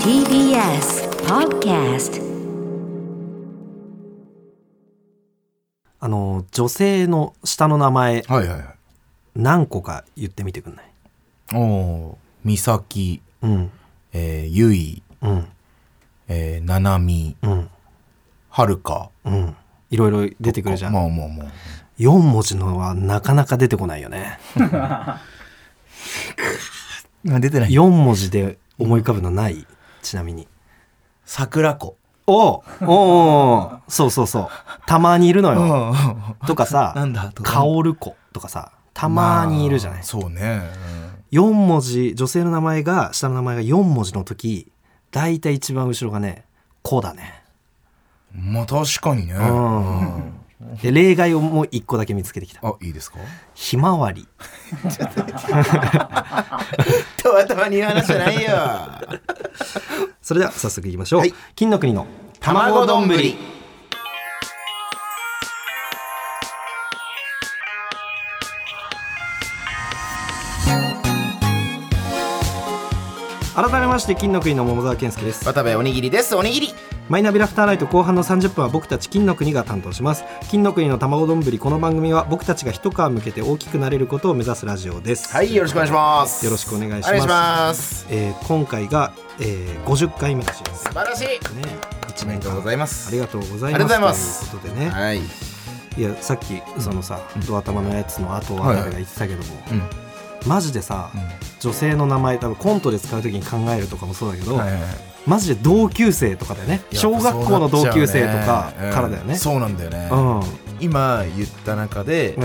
TBS Podcast あの女性の下の名前はいはいはい。何個か言ってみてくんないおお、美咲、うんえー、ゆい、うんえー、ななみ、うんはるか。うんいろいろ出てくるじゃんまあまあまあ。 4文字のはなかなか出てこないよねまあ出てな。 4文字で思い浮かぶのないちなみに桜子。おうおうおうそうそうそうたまにいるのよとかさなんだとか薫子とかさたまにいるじゃない、まあそうね。 4文字女性の名前が下の名前が4文字の時大体一番後ろがね「子」だねうんまあ確かにね。うあ、んで例外をもう1個だけ見つけてきたいいですか「ひまわりたまたまに言う話じゃないよ。」それでは早速いきましょう、はい金の国の 卵丼ぶり。改めまして金の国の桃沢健介です渡部おにぎりです。おにぎり。マイナビラフターナイト後半の30分は僕たち金の国が担当します金の国の卵丼ぶりこの番組は僕たちが一皮向けて大きくなれることを目指すラジオですはい、よろしくお願いします。よろしくお願いしますお願いします。えー今回が、えー、50回目らしいですね素晴らしい。一おめ年でと間うございます。ありがとうございありがとうごますざいますということでね、はい。い、やさっきそのさ、ドア頭のやつの後ははい誰が言ってたけども、うん。マジでさ、女性の名前多分コントで使う時に考えるとかもそうだけど、はいはいはいマジで同級生とかだよね小学校の同級生とかからだよねうんそうなんだよね。うん、うん今言った中で、うん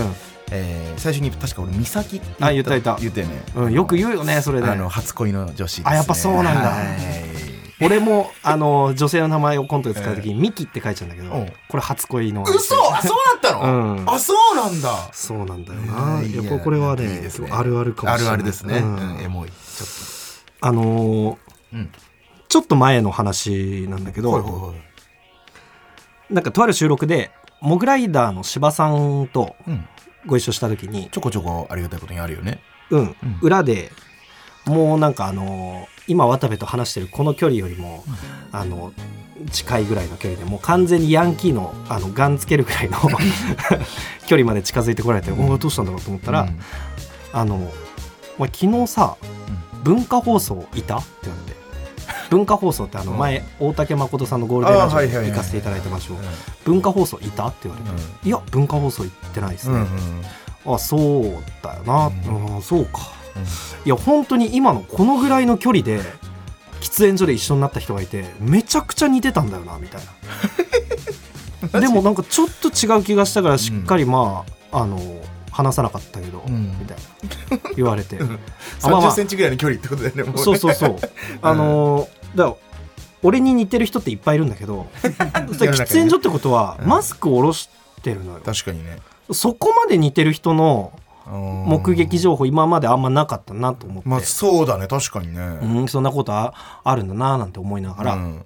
えー最初に確か俺美咲ってあ言った言った言ったよね、よく言うよねそれであの初恋の女子です、ね、あやっぱそうなんだはい俺もあの女性の名前をコントで使う時に「ミキ」って書いちゃうんだけど、うんこれ初恋の嘘あそうだったの、うんあそうなんだそうなんだよな、いやっぱこれはねいいです結構あるあるかもしれないあるあるですね、ううんんエモいちょっあのーとうんちょっと前の話なんだけど、ほいほいほいなんかとある収録でモグライダーの芝さんとうんご一緒した時に、ちょこちょこありがたいことにあるよねうんうん、裏でもうなんかあのー今渡部と話してるこの距離よりも、あの近いぐらいの距離でもう完全にヤンキーのあのガンつけるぐらい の 距離まで近づいてこられて、おおどうしたんだろうと思ったら、うんあの「お前昨日さ、文化放送いた?」って言われて文化放送ってあのうん前、大竹誠さんのゴールデンラジあーはいはいオはいに行かせていただいた場所文化放送いた?」って言われて「いや文化放送行ってないですうんうね」んうんあそうだよな、ううんそうかいや本当に今のこのぐらいの距離で喫煙所で一緒になった人がいてめちゃくちゃ似てたんだよなみたい なでもなんかちょっと違う気がしたからしっかりまあ、あの話さなかったけど、うんみたいな言われ てあまあま30あセンチぐらいの距離ってことだよねもうねそうそうそうあのだから俺に似てる人っていっぱいいるんだけ ど中にね喫煙所ってことはうんマスクを下ろしてるのよ、確かにねそこまで似てる人の目目撃情報今まであんまなかったなと思って、まあそうだね確かにね、うん、そんなことああるんだななんて思いながら、うん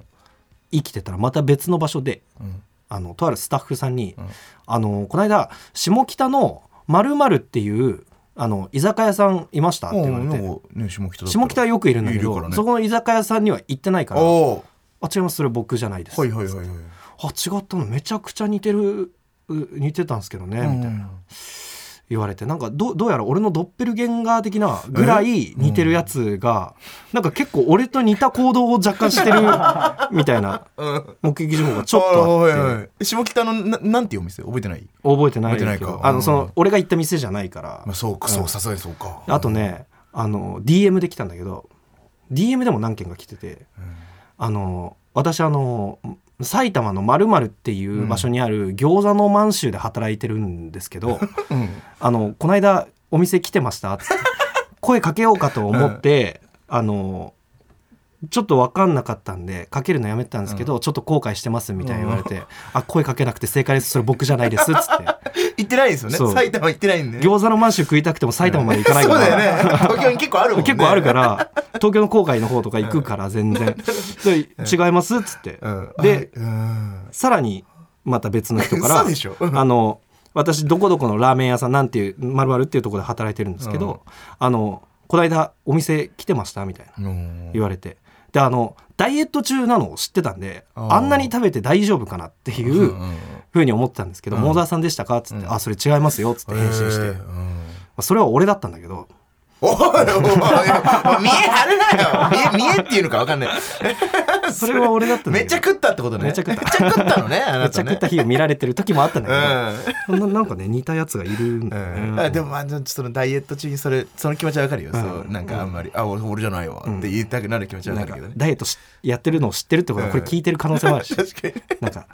生きてたらまた別の場所でうんあのとあるスタッフさんに「うんあのこの間下北の〇〇っていうあの居酒屋さんいました?」って言われうてんなんかね下北だったら下北はよくいるんだけいるど、からねそこの居酒屋さんには行ってないから「あおお違いますそれ僕じゃないです」はいはいはいはいあ違ったのめちゃくちゃ似てるう似てたんですけどね」みたいな。言われてなんかどどうやら俺のドッペルゲンガー的なぐらい似てるやつが、なんか結構俺と似た行動を若干して るみたいな目撃情報がちょっとはいあっはていはい下北のななんていうお店覚えてない覚えてない覚えけてないどかあのそうんの俺が行った店じゃないからまあそうかそうさすがにそうかあとねあの DM で来たんだけど DM でも何件か来ててあの私あの埼玉のまるっていう場所にある餃子の満州で働いてるんですけど。うんうんあのこの間お店来てました」つって声かけようかと思 って、あのちょっと分かんなかったんでかけるのやめてたんですけど、ちょっと後悔してますみたいに言われて「あ声かけなくて正解ですそれ僕じゃないです」っつ って行ってないですよねそう埼玉行ってないんでね餃子の満州食いたくても埼玉まで行かないそかうだよら。ね東京に結構あるもんね結構あるから東京の郊外の方とか行くから全然 で違いますっつってうんでうんさらにまた別の人から 嘘でしょうんあの私どこどこのラーメン屋さんなんていうまるまるっていうところで働いてるんですけど、あのこないだお店来てましたみたいなうん言われてであのダイエット中なのを知ってたんであーあんなに食べて大丈夫かなっていうんうふうに思ってたんですけど「うんモーザーさんでしたか?」っつって「うんあそれ違いますよ」っつって返信してへえうんまあそれは俺だったんだけ どおいおいおいおい見え張るなよ見え見えっていうのかわかんないそれは俺だったんだめけっちゃど食ったってことねめっちゃ食っためっちゃ食ったのねあめなっちゃたね食った日を見られてる時もあったんだけどうんななんかね似たやつがいるんだよね、うんあでもまあちょっとそのダイエット中にそれその気持ちはわかるよ、うんそうなんかあんまり「あ俺俺じゃないわ」って言いたくなる気持ちはわなんかるかけどね、ダイエットしやってるのを知ってるってことはうんこれ聞いてる可能性もあるし、確かになんか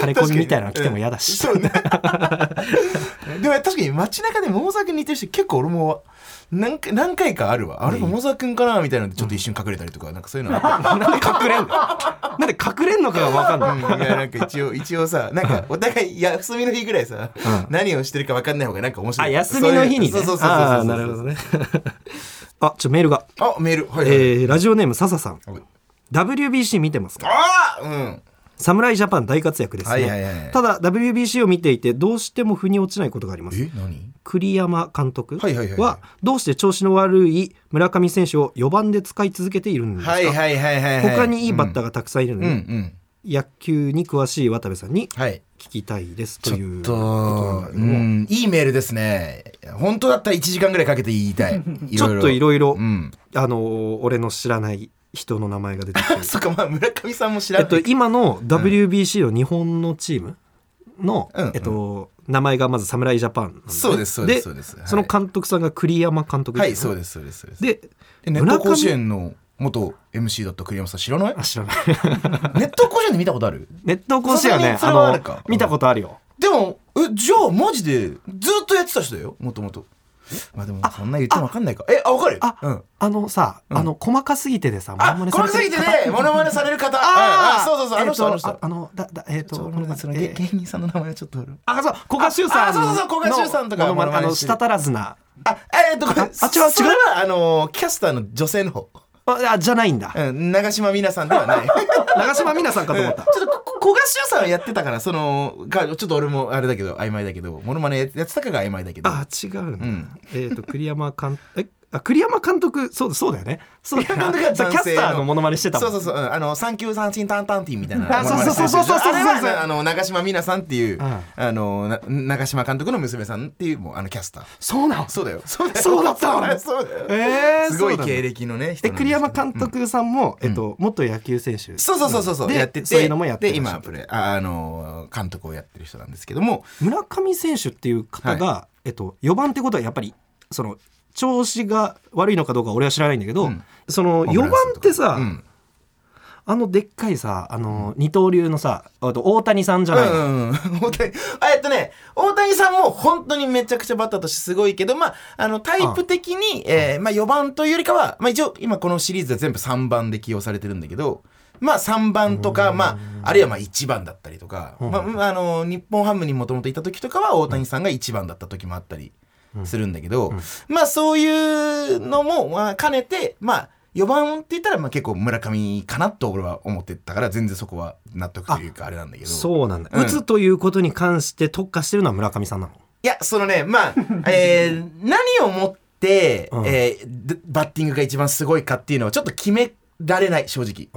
タレコミみたいなの来ても嫌だし、そうね でも確かに街中で桃沢君に似てる人結構俺も何回何回かあるわあれ桃沢君かなみたいなのでちょっと一瞬隠れたりとかなんかそういうのあっ なんで隠れんのなんで隠れんのかが分かんたなうい、んいやなんか一応 一応さなんかお互い休みの日ぐらいさ、う何をしてるか分かんない方がなんか面白いあ休みの日にねそういうそうそうそうそうあーそうなるほど ねあちょメールが、あメールはい、はいえーラジオネーム笹さん WBC 見てますかああうん侍ジャパン大活躍ですね、はいはいはいはいただ WBC を見ていてどうしても腑に落ちないことがありますえ何栗山監督はいはいはいはいはどうして調子の悪い村上選手を4番で使い続けているんですか、はいはいはいはい、はい、他にいいバッターががたくさんいるのうで、んうん、うん、野球に詳しい渡部さんにはい聞きたいですちとょいうっことなんだと、けうどもん、いいメールですね。本当だったら1時間ぐらいかけて言いた い。ちょっといろいろ、うん。あのー俺の知らない人の名前が出てきて そっか、まあ、村上さんも知えらっなとい。今の WBC の日本のチームの、うんえっと、名前がまず侍ジャパンなんだねそうです、そうです、そうです。はいその監督さんが栗山監督はい、そうでです、そうです。そうですすでえネット甲子園の元 MC だった栗山さん知らないあ知らない ネット甲子園で見たことあるネット甲子園はねそあれはのあるかうん見たことあるよでも、え、じゃあマジでずっとやってた人だよ、もともと。まあでも、そんな言ってもわかんないか。え、あ、わかるあ、うん。あのさ、うんあの細かすぎてでさ あ、モノマネこれすぎてる方ね、モノマネされる方。あああ、そうそうそう、あの人、あの人。あのだだえっ、とちょごめんなさいその芸芸人さんの名前はちょっと俺あそう古賀修さんあそうそうそう古賀周さんとかのモノマネモノマネあのして舌る足らずなあ、えーっと、これ、あ違う違うそれは、あのー、キャスターの女性の方。ああじゃないんだ、うん、長島みなさんで はない。ち長島みなさんかと思ょっ、ったとこ、こ古賀修さんはやってたから、その、が、ちょっと俺もあれだけど、曖昧だけど、モノマネやってたかが曖昧だけど。あ違うんだ、うんえっ、と栗山監えあ栗山監督そうそうだよねそうだよね監督がそう男キャ性スターのモノマネしてたもそんうそうそう、うんあの、三級三振タンタンティーみたいな。あそうそうそうそうそうそうあれはねあの、長島みなさんっていう、うんあの、な長島監督の娘さんっていう、もう、あの、キャスター。そうなのそうだよ。そうだよ。そうだったの そうだよ。えーすごそういなんだ経歴のでね、人なんですけど栗山監督さんも、えっと元野球選手そうそうそうそうそう、でやっててそういうのもやってらっでしゃ今るプレああのー監督をやってる人なんですけども村上選手っていう方が、えっと、4番ってことはやっぱりその調子が悪いのかどうか俺は知らないんだけど、うんその4番ってさ、うんあのでっかいさあの二刀流のさあと大谷さんじゃない、うんうん、大谷あえっとね大谷さんも本当にめちゃくちゃバッターとしてすごいけど、まあ、あのタイプ的に、えーまあ、4番というよりかは、まあ、一応今このシリーズは全部3番で起用されてるんだけど、まあ、3番とか、まあ、あるいはまあ1番だったりとか、うんまあうんあの日本ハムにもともといた時とかは大谷さんが1番だった時もあったりするんだけど、まあ、そういうのも、まあ、兼ねて、まあ、4番って言ったらまあ結構村上かなと俺は思ってたから全然そこは納得というかあれなんだけどそうなんだ、うん打つということに関して特化してるのは村上さんなのいや、そのね、 まあ、えー何をもって、うんえーでバッティングが一番すごいかっていうのはちょっと決められない、正直。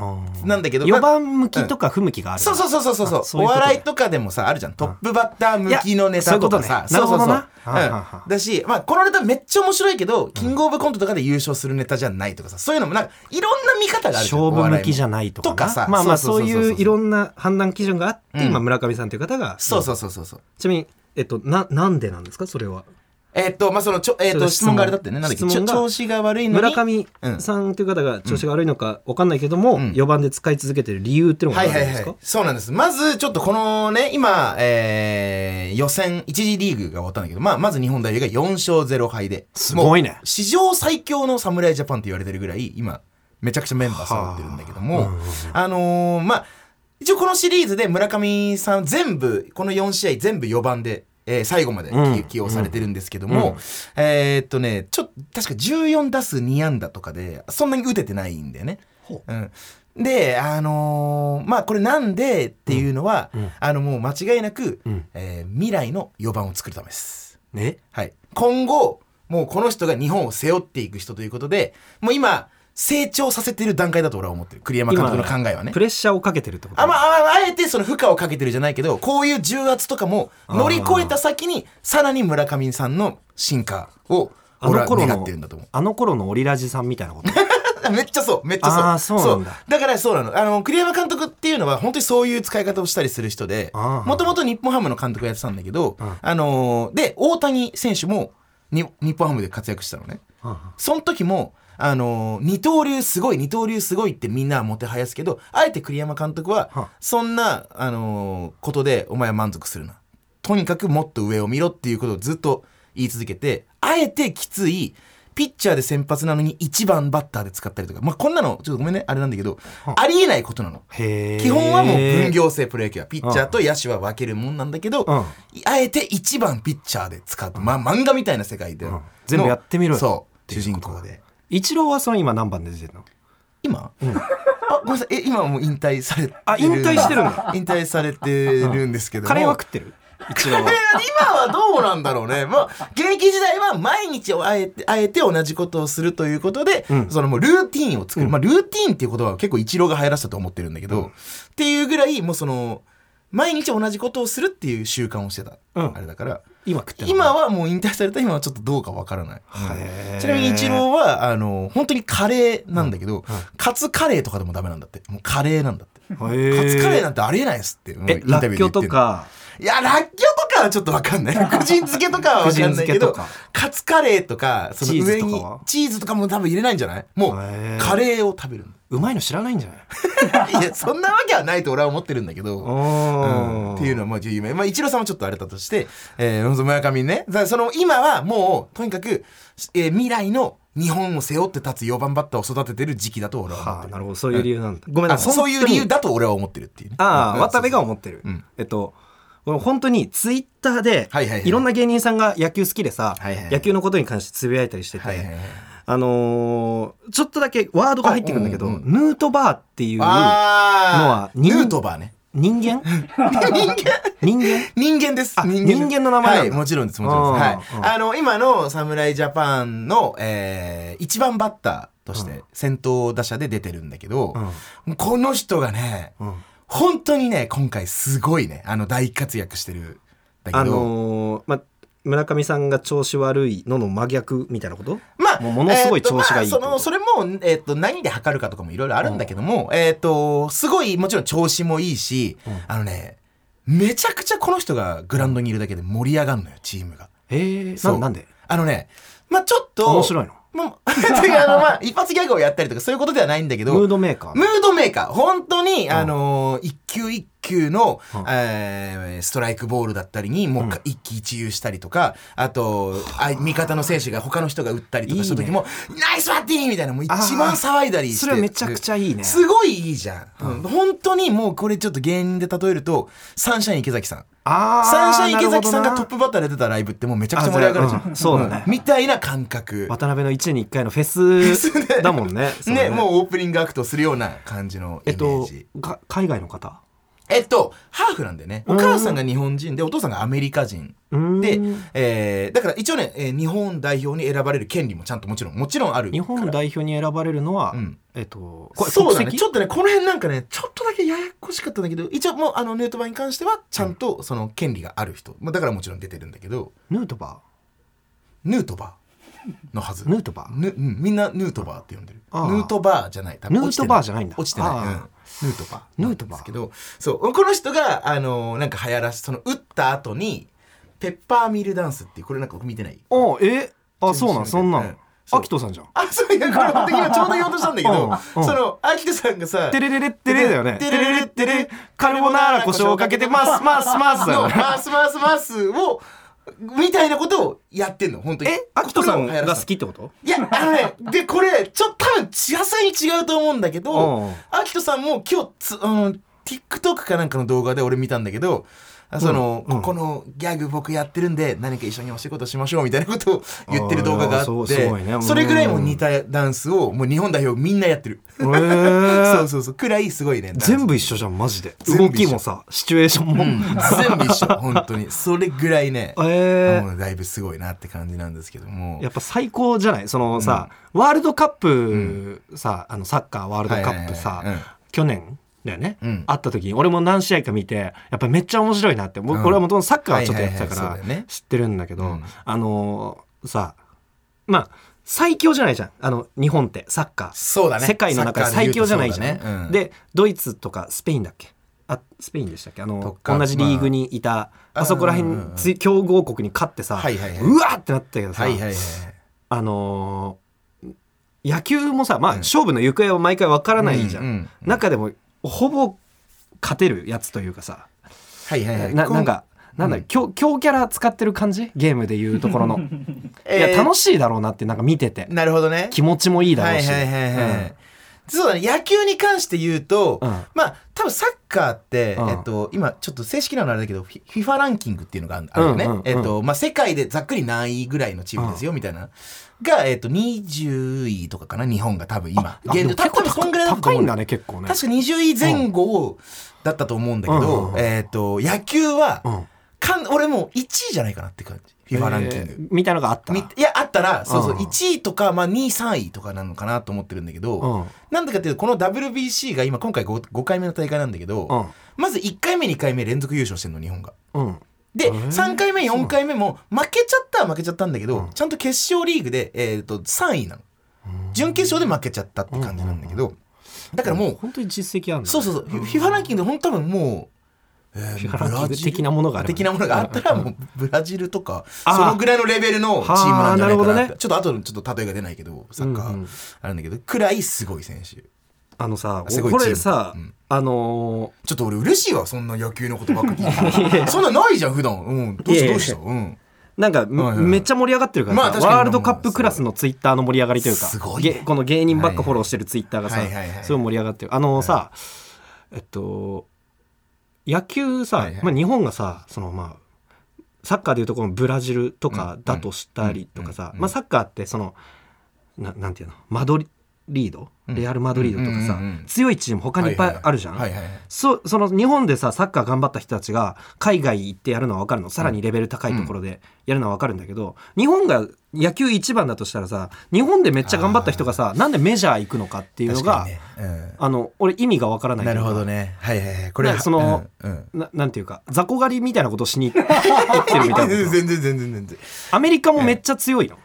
なんだけど、 4まあ番向きとか不向きがある、そうそうそうそうそあうそういおうことね笑いとかでもさあるじゃんトップバッター向きのネタとかさいやそういうことねなるほどなそうそうそうはあはあうんだし、まあ、このネタめっちゃ面白いけどキングオブコントとかで優勝するネタじゃないとかさそういうのもなんかいろんな見方があるじゃ勝ん負向きお笑いもじゃないとかなとかさまあまあそそううそうそうそういういろんな判断基準があって、うん今村上さんという方がそうそうそうそうそうちなみにえっとななんでなんですかそれはえーっとまあそのちょ、えーっそうと質質問問があれだってねなんだっけ質ちょ問が調子が悪いのに村上さんという方が調子が悪いのか分かんないけども、ん4番で使い続けてる理由っていうのがはあるいんはでいはすか、い。そうなんです。まず、ちょっとこのね、今、えー予選、一次リーグが終わったんだけど、まあ、まず日本代表が4勝0敗で。すごいねもう史上最強の侍ジャパンって言われてるぐらい、今、めちゃくちゃメンバー揃ってるんだけども、あのーまあ、一応このシリーズで村上さん全部、この4試合全部4番で、えー最後まで起,、うん用されてるんですけども、えーっとね、ちょっと、確か14打数2安打とかで、そんなに打ててないんだよね。うん、であのーまあこれなんでっていうのは、あのもう間違いなく、んえー未来の4番を作るためです。ねはい、今後もうこの人が日本を背負っていく人ということで、もう今、成長させてる段階だと俺は思ってる。栗山監督の考えはねプ。レッシャーをかけてるってことあまあ、ああえてその負荷をかけてるじゃないけど、こういう重圧とかも乗り越えた先に、さらに村上さんの進化を、あ俺のは頃願のってるんだと思う。 あの頃のオリラジさんみたいなことめっちゃそう、めっちゃそう。あーそうなんだからそうなの。あの、栗山監督っていうのは本当にそういう使い方をしたりする人で、あーもともと日本ハムの監督やってたんだけど、うんあのーで、大谷選手もに日本ハムで活躍したのね。その時も、あのー二刀流すごい、二刀流すごいってみんなはもてはやすけど、あえて栗山監督はは、そんな、あのーことでお前は満足するな。とにかくもっと上を見ろっていうことをずっと言い続けて、あえてきつい、ピッチャーで先発なのに1番バッターで使ったりとか、まあ、こんなの、ちょっとごめんね、あれなんだけど、ありえないことなの。へえ基本はもう分業制プロ野球はピッチャーと野手は分けるもんなんだけど、うんあえて1番ピッチャーで使うと、ま、漫画みたいな世界で、ん全部やってみろよそう主人公で一郎はその今何番で出てるの今、あごめんなさいえ今はもう引退されてるあ引退してるんだ引退されてるんですけどもカレーは食ってる一郎は今はどうなんだろう ね。まあ、現役時代は毎日をあえて、あえて同じことをするということで、うんそのもうルーティンを作る。まあ、ルーティンっていう言葉は結構一郎が流行らせたと思ってるんだけど、っていうぐらい、もうその、毎日同じことをするっていう習慣をしてた。うんあれだから、今食ってる今はもう引退された今はちょっとどうかわからない。へーちなみに一郎は、あの、本当にカレーなんだけど、カツカレーとかでもダメなんだって。もうカレーなんだって。カへーツカレーなんてありえないですって。もうイえンらタっビューでき言ょうってとんのかいや、らっきょうとかはちょっとわかん ない。福神漬けとかはわかんない福神漬けけどとか、カツカレーとか、その上にチーズとかはチーズとかも多分入れないんじゃないもうへー、カレーを食べるの。うまいの知らないんじゃない いや、そんなわけはないと俺は思ってるんだけど。うんっていううのはまあ有名。まあ、一郎さんもちょっとあれだとして、えー、村上ね。だからその、今はもう、とにかく、えー未来の日本を背負って立つ4番バッターを育ててる時期だと俺は思はっあてる。なるほどそういう理由なんだごめんあなさいそういう理由だだと俺は思ってるっていうね。あうあ、ん渡部が思ってる。うんえっと、俺本当にツイッターで、はいいはいはいろんな芸人さんが野球好きでさ、はいはいはい野球のことに関してつぶやいたりしてて、はいはいはいあのーちょっとだけワードが入ってくるんだけど、あうんうんヌートバーっていうあーのはヌートバーね。 人間 人間人間です。あです人間の名前なんはい、だもちろんです、もちろんです。あーはい。あの、今の侍ジャパンの、えー、一番バッターとしうんて、先頭打者で出てるんだけど、うこの人がね、うん本当にね、今回すごいね、あの、大活躍してるんだけど、あのーま村上さんが調子悪いのの真逆みたいなことまあ、もうものすごい調子がいいえーとまあそのそれも、えー、と何で測るかとかもいろいろあるんだけども、えっ、とすごいもちろん調子もいいし、あのねめちゃくちゃこの人がグラウンドにいるだけで盛り上がるのよチームが。ええそうななんであのねまあちょっと面白いのまあ、 てかあのまあ一発ギャグをやったりとかそういうことではないんだけどムードメーカームードメーカー本当に、あのー一球一球の、うんえーストライクボールだったりにもうか一喜一憂したりとかあとあ味方の選手が他の人が打ったりとかした時もナイスバッティングみたいなもう一番騒いだりしてそれはめちゃくちゃいいねすごいいいじゃん、うん本当にもうこれちょっと芸人で例えるとサンシャイン池崎さんあーサンシャイン池崎さんがなるほどなトップバッターで出たライブってもうめちゃくちゃ盛り上がるじゃん、あそうだねみたいな感覚渡辺の1年に1回のフェスだもんね。そうねもうオープニングアクトするような感じのえイメっーとジ、が海外の方えっと、ハーフなんでね。お母さんが日本人で、お父さんがアメリカ人。うんで、えーだから一応ね、えー日本代表に選ばれる権利もちゃんともちろん、もちろんある。日本代表に選ばれるのは、うんえっと、そうだね。国籍ちょっとね、この辺なんかね、ちょっとだけややこしかったんだけど、一応もう、あの、ヌートバーに関しては、ちゃんとその権利がある人。まあ、だからもちろん出てるんだけど、ヌートバヌートバーのはず。ー。ヌートバー。ぬうん、みんなヌートバーって呼んでる。ヌああートバーじゃない。多分ヌートバーじゃないんだ落ちてない。ああうんヌートバー。ヌートバーなんですけど、そう、この人が、あのーなんか流行らし、その、打った後に、ペッパーミルダンスっていう、これなんか見てないおえあ、そうなん、そんなうんん。そうアキトさんじゃん。あ、そういや、これ本当に今ちょうど言おうとしたんだけど、 うんうんその、秋田さんがさ、テレレレッテレだよね。テレレレッテレカルボナーラ胡椒をかけてます、ます、 ますだの、よね。回す回す回すを、みたいなことをやってんの、本当に。え、アキトさんこれを流行らがせた好きってこといや、あのね、で、これ、ちょっと多分、さすがに違うと思うんだけうん ど、アキトさんも今日つ、あの、TikTok かなんかの動画で俺見たんだけど、その、うんうんここのギャグ僕やってるんで何か一緒にお仕事しましょうみたいなことを言ってる動画があっあーそうてすごいねうんそれぐらいもう似たダンスをもう日本代表みんなやってる、えーそうそうそうくらいすごいねダンス全部一緒じゃんマジで全動部一緒きもさシチュエーションも、うん全部一緒本当にそれぐらいね、えーもうだいぶすごいなって感じなんですけどもやっぱ最高じゃないそのさ、ワールドカップさ、あのサッカーワールドカップさ、はいはいはいうん去年だよね、うんあった時に俺も何試合か見てやっぱめっちゃ面白いなって、僕うん俺はもともとサッカーはちょっとやってたかはいはいはいそうだよらね知ってるんだけど、うんあのーさまあ最強じゃないじゃんあの日本ってサッカーそうだね世界の中で最強じゃないじゃん、サッカーで言うとそうだねうんでドイツとかスペインだっけあスペインでしたっけあとのか同じリーグにいた、ああ、そこら辺、うんうんうんつい強豪国に勝ってさ、はいはいはいうわーってなったけどさ、はいはいはいあのー野球もさ、まあ、ん勝負の行方は毎回わからないじゃん、うんうんうん中でもほぼ勝てるやつというかさ、はいはいはいななんかなんだろう強強キャラ使ってる感じゲームでいうところのいや楽ししいだろうなってなんか見ててなるほどね気持ちもいいだはろういしはいはいはい、うんそうだね野球に関して言うと、うんまあ多分サッカーって、うんえっと、今ちょっと正式なのはあれだけどフィ FIFA ランキングっていうのがあるあるよね、うんうんうんえっとまあ、世界でざっくり何位ぐらいのチームですよ、みたいなが、えっと、20位とかかな日本が多分今あでも現状結構多分こんぐらいだった高とい思うんんだだね結構ね確か20位前後だったと思うんだけうんうんど、うんえっと野球は、うんかん俺もう1位じゃないかなって感じ FIFA ランキングえ。ーみたいなのがあったみいやあったらそうそう、うん1位とか、まあ、2位3位とかなのかなと思ってるんだけど、うんなんでかっていうとこの WBC が今今回 5, 回目の大会なんだけど、うんまず1回目2回目連続優勝してるの日本が。うんで、えー3回目4回目も負けちゃったは負けちゃったんだけど、うんちゃんと決勝リーグで、えー、と3位なの準決勝で負けちゃったって感じなんだけど、だからもう、本当に実績あるんだねそうそうそう、FIFA ランキングで本当多分もう、え FIFA ランーキングブラジル的なものがあればね的なものがあったらもうブラジルとかあーそのぐらいのレベルのチームなんじゃなはーないかるほどなってねちょっと後のちょっと例えが出ないけどサッカうんうーんあるんだけど、くらいすごい選手ちあのさすごいこチーれムさ、うんあのーょっと俺嬉しいわそんな野球のことばっか聞いてそんなないじゃん普段うんどういやしいやどうしたうんなんかめ,、はいはいっちゃ盛り上がってるからさ、まあ確かにワールドカップクラスのツイッターの盛り上がりというかすごいねげこの芸人ばっかフォローしてるツイッターがさ、はいはいはいすごい盛り上がってるあのさ、えっと野球さ、はいはいまあ、日本がさそのまあサッカーでいうとこのブラジルとかだとしたりとかうんうんさうんうんまあサッカーってそのななんていうのマドリードうんレアル・マドリードとかさ、うんうんうんうん強いチーム他にいっぱいあるじゃん、はいはいはいそその日本でさサッカー頑張った人たちが海外行ってやるのは分かるのさらにレベル高いところでやるのは分かるんだけど、日本が野球一番だとしたらさ日本でめっちゃ頑張った人がさなんでメジャー行くのかっていうの確が、かにねうんあの俺意味が分からないなるほどねねはいはいはいこれなんかそのうんうんななんていうか雑魚狩りみたいなことしに行ってるみたい 全な然全然全然アメリカもめっちゃ強いの、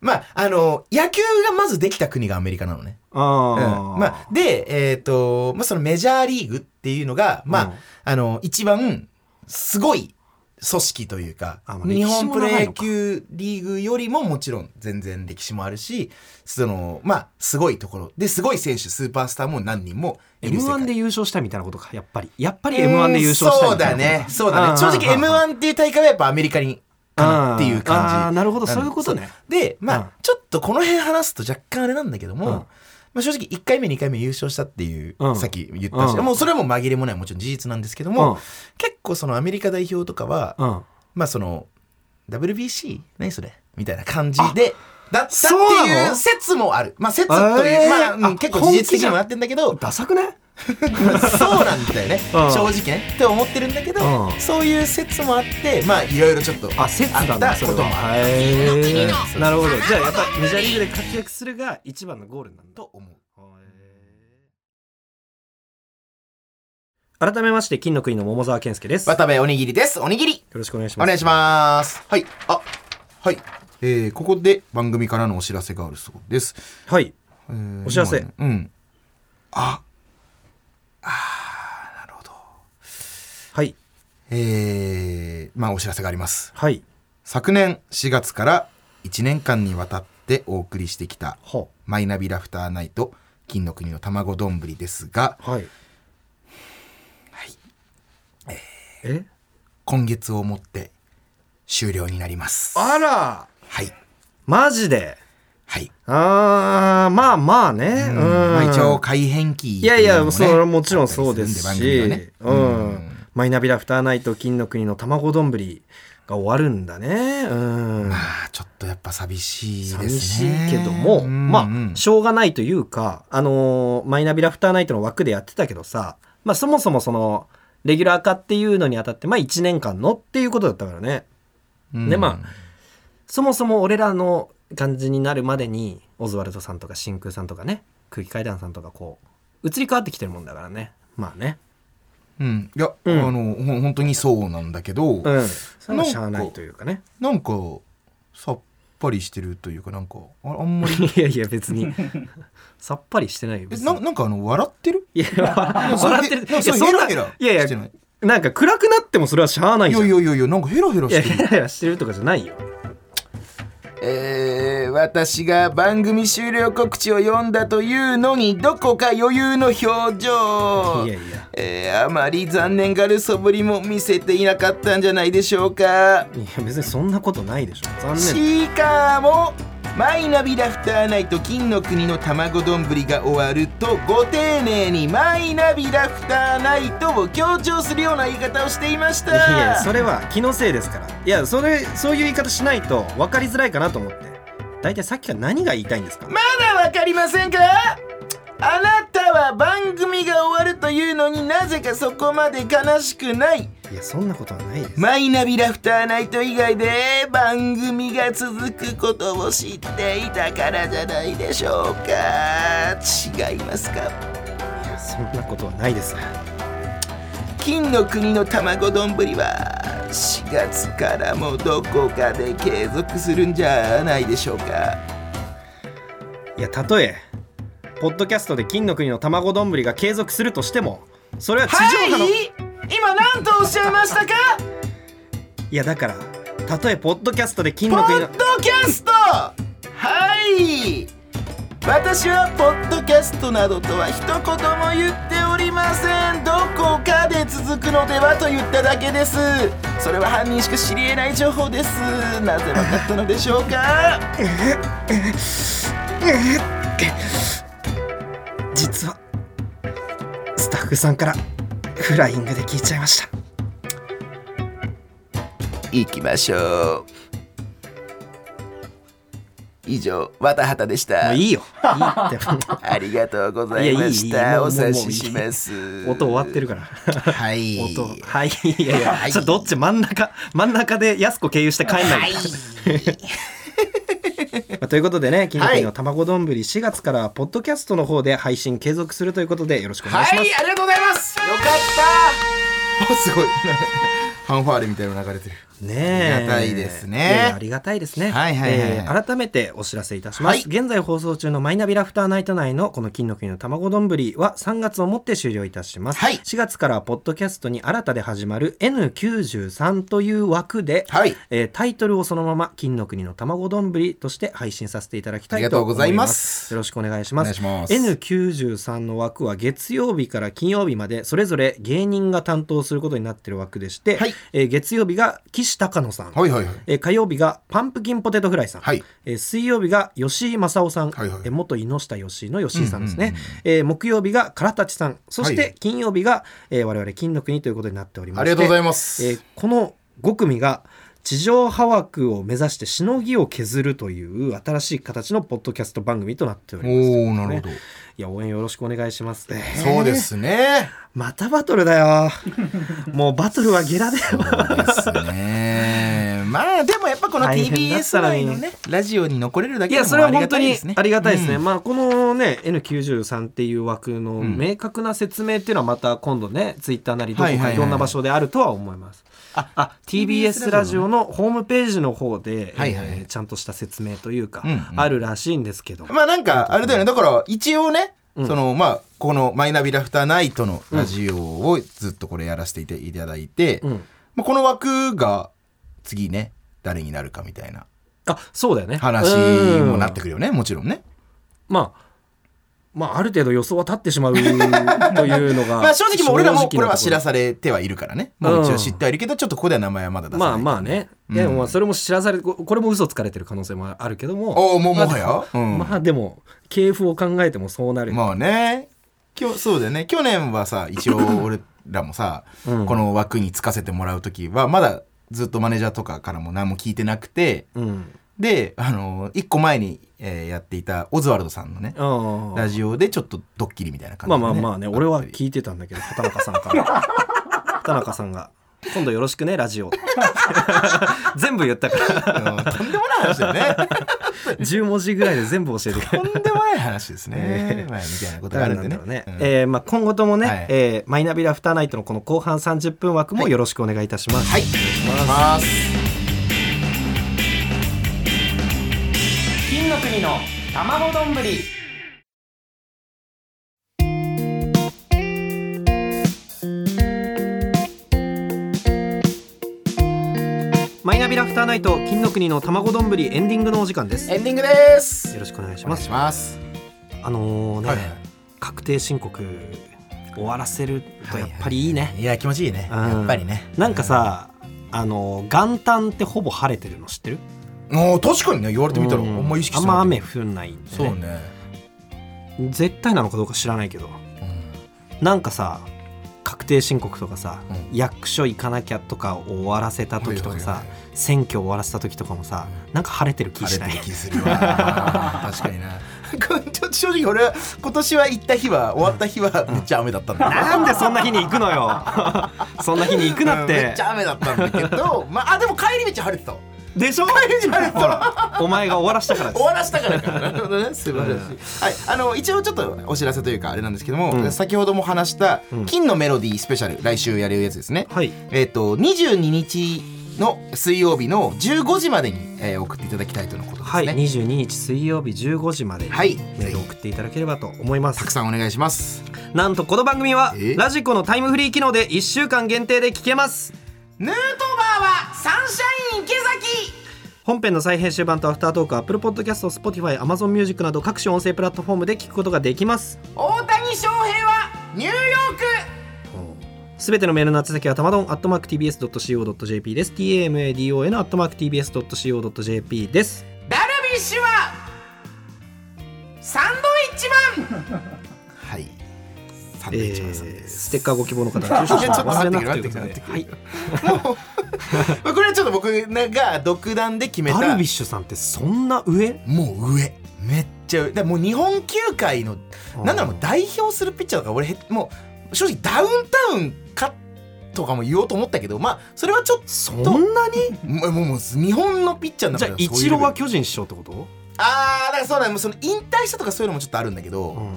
まああの野球がまずできた国がアメリカなのねあうーんまあ、で、えっ、と、まあ、そのメジャーリーグっていうのが、まあ、うんあの、一番すごい組織というかあま、あ日歴史本プもロ長い野のか球リーグよりももちろん全然歴史もあるし、その、まあ、すごいところ。で、すごい選手、スーパースターも何人もいる世 M1 界で優勝したみたいなことかやっぱりやっぱり M1 で優勝したうみんたいなそうだね。そうだね。正直 M1 っていう大会はやっぱアメリカにかなっていう感じ。あーなるほどそういうことねで、まあ、うんちょっとこの辺話すと若干あれなんだけども、うんまあ、正直1回目2回目優勝したっていう、うんさっき言ったし、うんもうそれはもう紛れもないもちろん事実なんですけども、うん結構そのアメリカ代表とかは、うんまあその WBC 何それみたいな感じで。だったってそういなうの説もある。まあ説という、えーまあうんあ結構事実的にもなってんだけど、ダサくねそうなんだよね、 うん正直ねって思ってるんだけど、うんそういう説もあってまあいろいろちょっとあ、説あなっんただ、そことれもは。あるへうーんなるほど。じゃあ、やっぱメジャーリーグで活躍するが一番のゴールなんだ。と思う。改めまして、金の国の桃沢健介です。よ渡部おにぎりです。おにぎりろしくお願いします。お願いします。はい。あ、はい。えー、ここで番組からのお知らせがあるそうです。す。はい。えーお知らせ今ねうん。あ、あーなるほど。はい。えー、まあお知らせがあります。はい。昨年4月から1年間にわたってお送りしてきたはマイナビラフターナイト金の国の卵丼ですが、あ。はい。え今月をもって終了になります。あらはい。マジではい。あー、まあまあね。うん。まあ、一応改変期いやいや、それはれもちろんそうですし、うん。マイナビラフターナイト金の国の卵丼が終わるんだね。うん。あーちょっとやっぱ寂しいですね寂しいけども、まあ、しょうがないというか、あのーマイナビラフターナイトの枠でやってたけどさ、まあそもそもその、レギュラー化っていうのにあたって、まあ1年間のっていうことだったからね。でまあそもそも俺らの感じになるまでにオズワルドさんとか真空さんとかね空気階段さんとかこう移り変わってきてるもんだからねまあねあ、うん、いや、うんあのほん本当にそうなんだけうど、んそれはしゃあないというかねなんかさっぱりしてるというかなんかああんまり いやいや別にさっぱりしてないよえ別なになんかあの笑ってるいや笑ってるいやいやそそうんなヘラヘラいやしいてやないなんか暗くなってもそれはしゃあないいじゃやんいいややいやいやなんかヘラヘラしてヘるラヘラしてるとかじゃないよえー、私が番組終了告知を読んだというのにどこか余裕の表情いやいやえーあまり残念がる素振りも見せていなかったんじゃないでしょうかいや別にそんなことないでしょ残念シーカーもマイナビラフターナイト金の国の卵丼が終わるとご丁寧にマイナビラフターナイトを強調するような言い方をしていましいたやいやそれは気のせいですからいやそれそういう言い方しないと分かりづらいかなと思って大体さっきから何が言いたいんですかまだわかりませんかあなたは番組が終わるというのになぜかそこまで悲しくないいやそんなことはないですマイナビラフターナイト以外で番組が続くことを知っていたからじゃないでしょうか違いますかいやそんなことはないです金の国の卵丼は4月からもどこかで継続するんじゃないでしょうかいやたとえポッドキャストで金の国の卵丼が継続するとしてもそれは地上波の、い、今なんとおっしゃいましたかやだからたとえポッドキャストで金の国のドキャストはい私はポッドキャストなどとは一言も言っておりませんどこかで続くのではと言っただけですそれは犯人しか知り得ない情報ですなぜわかったのでしょうか実はスタッフさんからフライングで聞いちゃいました行きましょう以上綿畑でしたもういいよいいってもありがとうございいやいいましたいいもうお察もうもうしいいしますう音終わってるからはい音はいいやいや、さあどっち真ん中真ん中でやす子経由して帰んない、はい まあということでね金の国の卵丼4月からはポッドキャストの方で配信継続するということでよろしくお願いします、はいありがとうございますよかったあ すごいファンファーレみたいなの流れてるねえありがたいですねいやいやありがたいですね。はいはいはいはいえー改めてお知らせいたします。はい現在放送中のマイナビラフターナイト内のこの金の国の卵丼は3月をもって終了いたします。はい4月からはポッドキャストに新たで始まる N93 という枠で、はいえータイトルをそのまま金の国の卵丼として配信させていただきたありいがととう思ごいます。ざいますよろしくお願いします。お願いします N93 の枠は月曜日から金曜日までそれぞれ芸人が担当することになっている枠でして、はいえー月曜日が岸高野さん、はいはいはいえー火曜日がパンプキンポテトフライさん、はいえー水曜日が吉井正夫さん、はいはいえー元井下吉井の吉井さんですね、えー木曜日が唐立さんそしはてい金曜日が、えー我々金の国ということになっておりましてありがとうございます、えーこの5組が地上波枠を目指してしのぎを削るという新しい形のポッドキャスト番組となっております。おおなるほど、いや応援よろしくお願いします。えーそうですねまたバトルだよ。 もうバトルはゲラだよ。そうですね まあでもやっぱこの大変だった TBS のに内のねラジオに残れるだいけでやもそれはありが本当たいにですねありがたいですね。うんまあこのね N93 っていう枠の明確な説明っていうのはまた今度ねツイッターなりどこはいはいかはいいろんな場所であるとは思います。ああ TBS ラジオのホームページの方で、はいはいはいえーちゃんとした説明というか、うんうんあるらしいんですけどもまあなんかあれだよねだから一応ね、そのまあこの「マイナビラフターナイト」のラジオをずっとこれやらせていただいて、んまあ、この枠が次ね誰になるかみたいなあそうだよね話もなってうんくるよねもちろんね。まあまあある程度予想は立ってしまうという のがまあ正直もう俺らもこれは知らせされてはいるからねもう一う応ん知ってはいるけどちょっとここでは名前はまだ出さないまあまあね、いやまあそれも知らされここれも嘘つかれてる可能性もあるけどもおおもうもはや、うんまあでも系譜を考えてもそうなる、 まあね。今日そうだよね。去年はさ、一応俺らもさ、うんこの枠につかせてもらう時はまだずっとマネージャーとかからも何も聞いてなくてうんであの1個前に、えーやっていたオズワルドさんのねああラジオでちょっとドッキリみたいな感まあじで、まあまあね俺はったり聞いてたんだけど畑中さんから 畑中さんが「今度よろしくねラ ジオ」全部言ったからうんとんでもない話だ よね10文字ぐらいで全部教えてくれとんでもない話ですね、えーまあ、みたいなことがあ誰るなんんだでねろうねうんえーまあ今後ともね、はいえーマイナビラフターナイトのこの後半30分枠もよろしくお願いいたします、はいお願いします金の国の卵丼ぶりマイナビラフターナイト金の国の卵丼ぶりエンディングのお時間ですエンディングですよろしくお願いしおま願いすしますあのーね、はいはい確定申告終わらせるとやっぱりいいね、いや気持ちいいねうんやっぱりねなんかさ、あのー元旦ってほぼ晴れてるの知ってるもう確かにね言われてみたらあうんんま意識あしんてまなかった雨降んないんで、そうね絶対なのかどうか知らないけどなんかさ確定申告とかさ、う役所行かなきゃとか終わらせた時とかさ、はいはいは選挙終わらせた時とかもさ、なんか晴れてる気し晴れなている気するわ 確かにな ちょっと正直俺は今年は行った日は終わった日はめっちゃ雨だったんだよなんでそんな日に行くの よそんな日に行くなっうんめてっちゃ雨だったんだけど まああでも帰り道晴れてたわでしょ帰り道晴れてたほわらお前が終わらせたからで終わらせたからかなるほどね素晴らしい、はいあの一応ちょっとお知らせというかあれなんですけども、うん先ほども話したうん「金のメロディースペシャル」来週やるやつですね、すはいえっ、と22日の水曜日の15時までに、えー送っていただきたいとのことですはい、ね22日水曜日15時までにはいメールを送っていただければと思いますたくさんお願いしますなんとこの番組はえラジコのタイムフリー機能で1週間限定で聞けますヌートバーはサンシャイン池崎本編の再編集版とアフタートークは Apple Podcast、Spotify、Amazon Music など各種音声プラットフォームで聞くことができます大谷翔平はニューヨークすべてのメールの宛先はたまどん atmarktbs.co.jp です tamadon atmarktbs.co.jp ですダルビッシュはサンドイッチマンはいサンドイッチマンさんえーです、ステッカーご希望の方は住所いやちょっと忘待れってなくということ待ってで、はい、まあこれはちょっと僕が独断で決めたダルビッシュさんってそんな上もう上めっちゃ上だからもう日本球界のあーなんならもう代表するピッチャーだから俺へもう正直ダウンタウンかとかも言おうと思ったけどまあそれはちょっとそんなにもうもうもう日本のピッチャーのじ中ゃあでイそういチうレローベルは巨人師匠ってこと、ああだからそうだねもうその引退したとかそういうのもちょっとあるんだけうど、ん、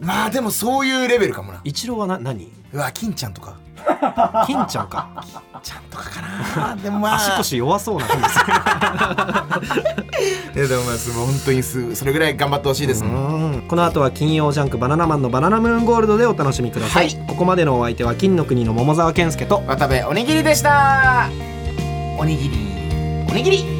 まあでもそういうレベルかもなイチローはな何うわ金ちゃんとか金ちゃん かちゃんとかかなでもまあ足腰弱そうな感じで すいやでもまあすごい本当にすそれぐらい頑張ってほしいです、うんこの後は金曜ジャンク「バナナマンのバナナムーンゴールド」でお楽しみください、はここまでのお相手は金の国の桃沢健介と渡部おにぎりでしたおにぎりおにぎり